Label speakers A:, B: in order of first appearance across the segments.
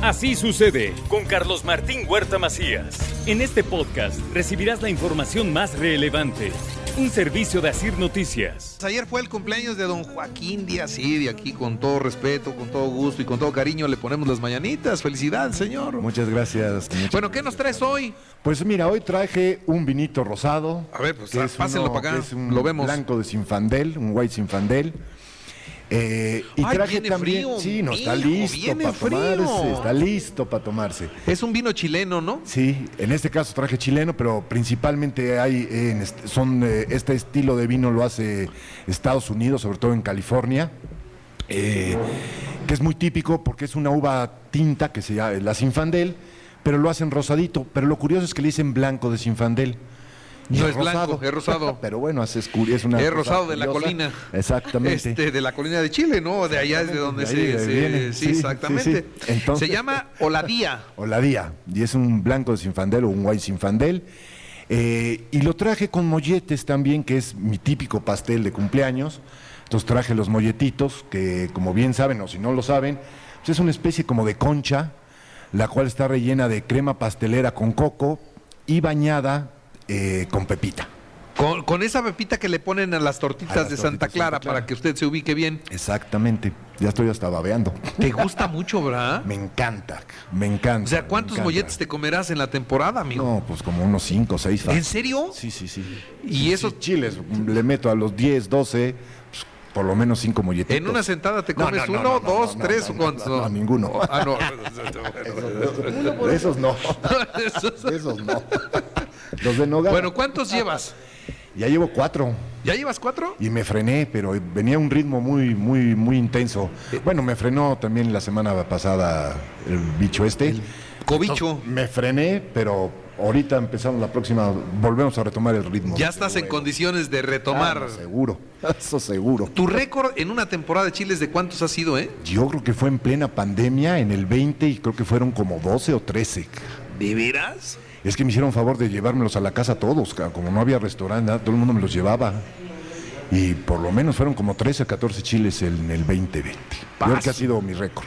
A: Así sucede con Carlos Martín Huerta Macías. En este podcast recibirás la información más relevante. Un servicio de Asir Noticias.
B: Pues Ayer fue el cumpleaños de don Joaquín Díaz y de aquí con todo respeto, con todo gusto y con todo cariño le ponemos las mañanitas. Felicidad, señor.
C: Muchas gracias. muchas-
B: Bueno, ¿qué nos traes hoy?
C: Pues mira, hoy traje un vinito rosado.
B: A ver, pues,
C: que es
B: pásenlo
C: uno-
B: para acá,
C: que Es un
B: lo vemos.
C: Blanco de Sinfandel, un white Sinfandel. Eh, y
B: Ay,
C: traje
B: viene
C: también.
B: frío,
C: sí, no, está
B: mijo,
C: listo
B: viene
C: para
B: frío.
C: tomarse. Está listo para tomarse.
B: Es un vino chileno, ¿no?
C: Sí, en este caso traje chileno, pero principalmente hay en est- son eh, este estilo de vino lo hace Estados Unidos, sobre todo en California, eh, que es muy típico porque es una uva tinta que se llama la Sinfandel, pero lo hacen rosadito. Pero lo curioso es que le dicen blanco de Sinfandel.
B: No es blanco, es rosado.
C: pero bueno, hace escur- es una
B: Es
C: cosa
B: rosado de la
C: curiosa.
B: colina.
C: Exactamente.
B: Este, de la colina de Chile, ¿no? De allá es de donde
C: Exactamente,
B: se,
C: de ahí
B: se-
C: viene.
B: Sí,
C: Sí,
B: exactamente.
C: sí, sí. Entonces-
B: Se llama Oladía.
C: o la día, y es un blanco de sinfandel o un white sinfandel. Eh, y lo traje con molletes también, que es mi típico pastel de cumpleaños. Entonces traje los molletitos, que como bien saben o si no lo saben, pues es una especie como de concha, la cual está rellena de crema pastelera con coco y bañada eh, con pepita.
B: Con, con esa pepita que le ponen a las tortitas
C: A las
B: de Santa
C: tortitas de Santa
B: Clara para
C: Clara.
B: que usted se ubique bien.
C: Exactamente, ya estoy hasta babeando.
B: Te gusta mucho, ¿verdad?
C: Me encanta, me encanta.
B: O sea, ¿cuántos molletes te comerás en la temporada, amigo?
C: No, pues como unos 5 o 6.
B: ¿En serio?
C: Sí, sí, sí.
B: Y eso
C: Sí, chiles le meto a los 10, 12, pues, por lo menos 5 molletitos.
B: en una sentada te
C: No,
B: comes
C: no, no,
B: uno,
C: no, no,
B: dos,
C: no,
B: tres
C: no,
B: o
C: no,
B: cuántos.
C: no, no, ninguno.
B: Ah, no.
C: De esos no.
B: Eso es-
C: De esos no. Los de Nogada.
B: bueno, ¿cuántos llevas?
C: ya llevo 4
B: ¿Ya llevas cuatro?
C: y me frené, pero venía un ritmo muy, muy, muy intenso.
B: Eh,
C: Bueno, me frenó también la semana pasada el bicho este.
B: Cobicho.
C: Me frené, pero ahorita empezamos la próxima, volvemos a retomar el ritmo.
B: Ya estás en condiciones de
C: Ah,
B: retomar.
C: no, seguro, eso seguro.
B: Tu récord en una temporada de chiles de cuántos ha sido, ¿eh?
C: Yo creo que fue en plena pandemia, en el 20, y creo que fueron como 12 o 13.
B: ¿De veras?
C: Es que me hicieron favor de llevármelos a la casa todos, ca- como no había restaurante, nada, todo el mundo me los llevaba. Y por lo menos fueron como 13 o 14 chiles en el 2020. Yo creo que ha sido mi récord.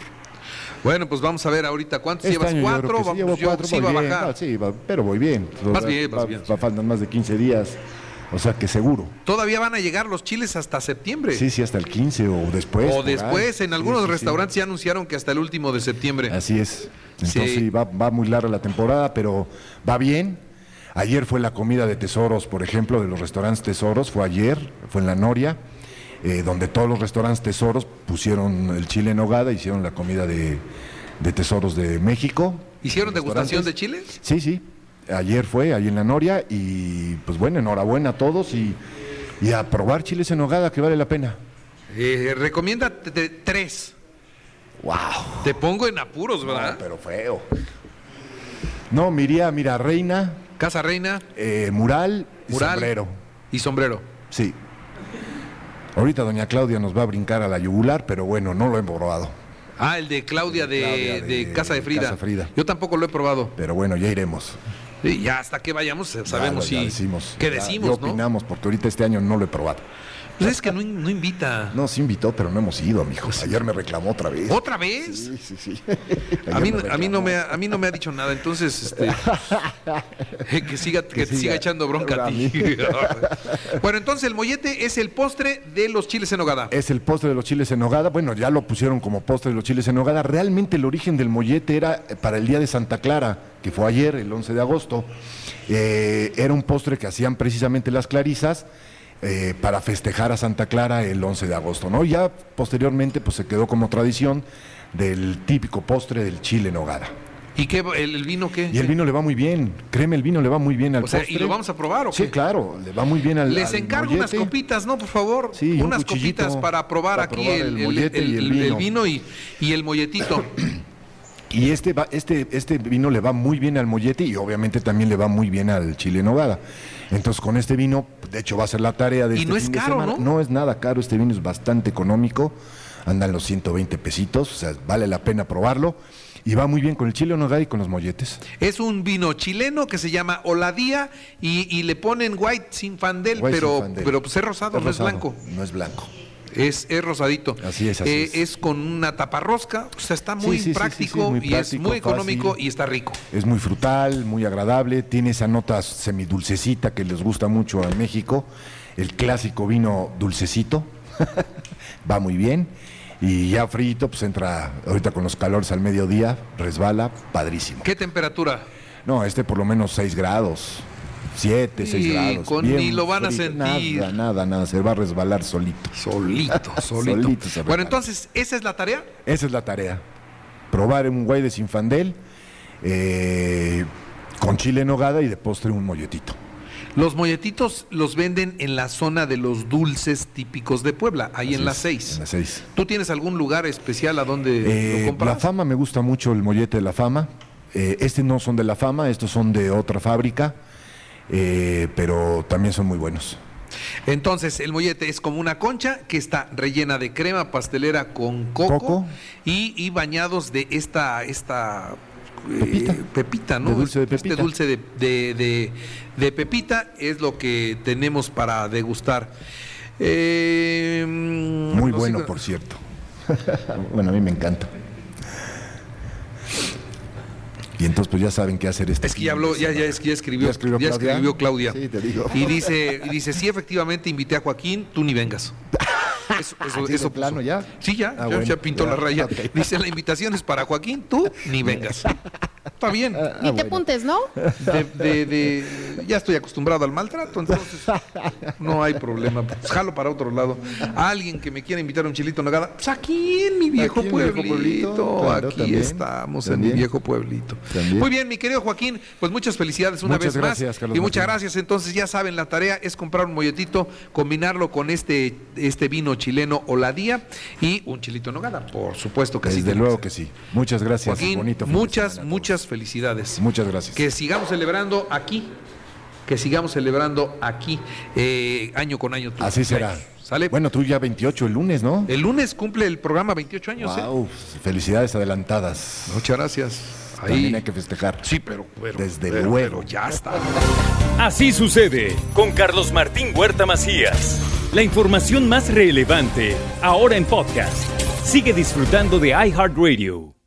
B: Bueno, pues vamos a ver ahorita cuántos
C: Este
B: llevas.
C: año yo creo
B: cuatro,
C: que sí,
B: vamos,
C: llevo
B: yo
C: cuatro,
B: sí
C: voy
B: va a
C: bien.
B: bajar.
C: Ah, sí, va- pero voy bien.
B: Vas bien, vas
C: Va-
B: bien.
C: va- faltan más de 15 días, o sea que seguro.
B: Todavía van a llegar los chiles hasta septiembre.
C: Sí, sí, hasta el 15 o después.
B: o
C: por ahí.
B: después, en
C: Sí,
B: algunos
C: sí, sí.
B: restaurantes ya anunciaron que hasta el último de septiembre.
C: Así es. Entonces
B: Sí.
C: sí, va, va muy larga la temporada, pero va bien. Ayer fue la comida de tesoros, por ejemplo, de los restaurantes tesoros, fue ayer, fue en la Noria, eh, donde todos los restaurantes tesoros pusieron el chile en hogada, hicieron la comida de, de tesoros de México.
B: ¿Hicieron
C: Los
B: degustación de
C: restaurantes.
B: chiles?
C: Sí, sí. Ayer fue, ahí en la Noria, y pues bueno, enhorabuena a todos y, y a probar chiles en hogada, que vale la pena.
B: Eh, recomienda t- t- tres.
C: ¡Wow!
B: Te pongo en apuros, ¿verdad?
C: Pero feo. No, miría, mira, Reina,
B: Casa Reina
C: Eh, mural, y
B: Mural.
C: sombrero.
B: y sombrero.
C: Sí. Ahorita doña Claudia nos va a brincar a la yugular, pero bueno, no lo he probado.
B: Ah, el de Claudia de, de
C: Claudia de
B: Casa de Frida.
C: Casa Frida.
B: Yo tampoco lo he probado.
C: Pero bueno, ya iremos.
B: Y ya hasta que vayamos eh,
C: Ya
B: sabemos
C: lo- ya
B: si...
C: decimos.
B: ¿Qué
C: Ya-
B: decimos,
C: ya
B: no?
C: opinamos, porque ahorita este año no lo he probado.
B: Pues es que no, in- no invita.
C: Nos invitó, pero no hemos ido, mijo. Ayer me reclamó otra vez.
B: Pues ¿Otra vez?
C: Sí, sí, sí.
B: A
C: Ayer
B: mí, a, mí no
C: reclamó.
B: me, ha- a mí no me ha dicho nada, entonces este, eh, que, siga, que, te siga,
C: siga.
B: echando bronca a ti. bueno, entonces el mollete es el postre de los chiles en hogada.
C: Es el postre de los chiles en hogada. Bueno, ya lo pusieron como postre de los chiles en hogada. Realmente el origen del mollete era eh, para el día de Santa Clara, que fue ayer, el 11 de agosto. Eh, era un postre que hacían precisamente las clarisas eh, para festejar a Santa Clara el 11 de agosto, ¿no? Ya posteriormente pues se quedó como tradición del típico postre del chile en hogada.
B: ¿Y qué, el, el vino qué?
C: Y el vino le va muy bien, créeme, el vino le va muy bien al
B: O sea, ¿y
C: postre.
B: lo vamos a probar o
C: Sí,
B: qué?
C: claro, le va muy bien al
B: Les
C: al
B: encargo unas
C: mollete.
B: copitas, ¿no? Por favor.
C: Sí, un
B: unas
C: cuchillito
B: copitas para probar
C: para
B: aquí
C: probar
B: el,
C: el
B: el-
C: mollete
B: el-
C: y el
B: el- el
C: vino.
B: vino y, y el molletito.
C: Y este, va- este, este vino le va muy bien al mollete y obviamente también le va muy bien al chile en nogada. Entonces con este vino, de hecho va a ser la tarea de
B: Y
C: este
B: no
C: fin
B: es
C: de
B: caro,
C: semana.
B: ¿no?
C: es nada caro, este vino es bastante económico, andan los 120 pesitos, o sea, vale la pena probarlo. Y va muy bien con el chile en nogada y con los molletes.
B: es un vino chileno que se llama Oladía y, y le ponen white sinfandel,
C: Güey,
B: pero,
C: sin fandel.
B: pero pues es rosado, no es
C: rosado,
B: blanco.
C: No es blanco.
B: Es, es rosadito.
C: Así es, así
B: Eh,
C: es.
B: con una taparrosca, o sea, está
C: Sí,
B: muy
C: sí, sí, sí, sí,
B: práctico
C: muy
B: y es
C: práctico,
B: muy económico
C: fácil.
B: y está rico.
C: Es muy frutal, muy agradable, tiene esa nota semidulcecita que les gusta mucho a México. El clásico vino dulcecito, va muy bien. Y ya frito, pues entra ahorita con los calores al mediodía, resbala, padrísimo.
B: ¿Qué temperatura?
C: No, este por lo menos 6 grados, 7, 6
B: Y
C: grados.
B: con-
C: bien
B: ni lo van a
C: frito.
B: sentir.
C: Nada, nada, nada, se va a resbalar solito.
B: Solito, solito.
C: Solito se
B: bueno,
C: prepara.
B: entonces, ¿esa es la tarea?
C: Esa es la tarea. Probar un güey de Sinfandel eh, con chile en nogada y de postre un molletito.
B: Los molletitos los venden en la zona de los dulces típicos de Puebla, ahí en
C: Así
B: las
C: es,
B: seis.
C: En las seis.
B: ¿Tú tienes algún lugar especial a donde
C: Eh,
B: lo
C: la
B: compras?
C: fama me gusta mucho el mollete de la fama. Eh, este no son de la fama, estos son de otra fábrica, eh, pero también son muy buenos.
B: Entonces, el mollete es como una concha que está rellena de crema pastelera con coco,
C: Coco.
B: Y, y bañados de esta, esta eh,
C: Pepita.
B: pepita, ¿no?
C: De dulce de
B: Este
C: pepita.
B: dulce de, de- de- de pepita es lo que tenemos para degustar. Eh, mm,
C: Muy
B: no sé
C: bueno,
B: cu-
C: por cierto. bueno, a mí me encanta. Y entonces pues ya saben qué hacer este
B: Es que
C: fin
B: ya
C: de
B: habló, ya,
C: semana.
B: ya, es que ya escribió,
C: ¿Ya escribió
B: ya
C: Claudia?
B: escribió Claudia.
C: Sí, te digo.
B: Y dice, y dice, sí, efectivamente invité a Joaquín, tú ni vengas. Eso, eso-
C: ¿Así de
B: eso
C: plano
B: puso.
C: ya?
B: Sí, ya,
C: Ah,
B: ya,
C: bueno,
B: ya pintó
C: ya,
B: la raya.
C: ok.
B: Dice, la invitación es para Joaquín, tú ni vengas. Está bien.
C: Ah,
D: Ni te
C: bueno.
D: apuntes, ¿no?
B: De- de- de- ya estoy acostumbrado al maltrato, entonces no hay problema. Pues, jalo para otro lado. Alguien que me quiera invitar a un chilito en nogada, pues aquí en mi viejo
C: Aquí en mi viejo
B: pueblito.
C: pueblito, claro,
B: aquí
C: también,
B: estamos en
C: también.
B: mi viejo pueblito.
C: También.
B: Muy bien, mi querido Joaquín, pues muchas felicidades una
C: Muchas
B: vez más.
C: gracias, Carlos
B: y muchas
C: Martín.
B: gracias. Entonces ya saben, la tarea es comprar un molletito, combinarlo con este, este vino chileno Oladía y un chilito en nogada. Por supuesto que sí.
C: Desde
B: tiene
C: luego
B: ser.
C: que sí. Muchas gracias.
B: Joaquín,
C: Bonito fin de
B: muchas,
C: semana a todos.
B: muchas felicidades
C: Muchas gracias.
B: que sigamos celebrando aquí, que sigamos celebrando aquí, eh, año con año. tus
C: Así será.
B: cumpleaños. ¿Sale?
C: Bueno, tú ya 28 el lunes, ¿no?
B: el lunes cumple el programa 28 años. ¿eh?
C: Wow, felicidades adelantadas.
B: Muchas gracias.
C: También
B: Ahí.
C: hay que festejar.
B: Sí, pero, pero-
C: Desde
B: pero-
C: luego.
B: pero ya está.
A: Así sucede con Carlos Martín Huerta Macías. La información más relevante ahora en podcast. Sigue disfrutando de iHeartRadio.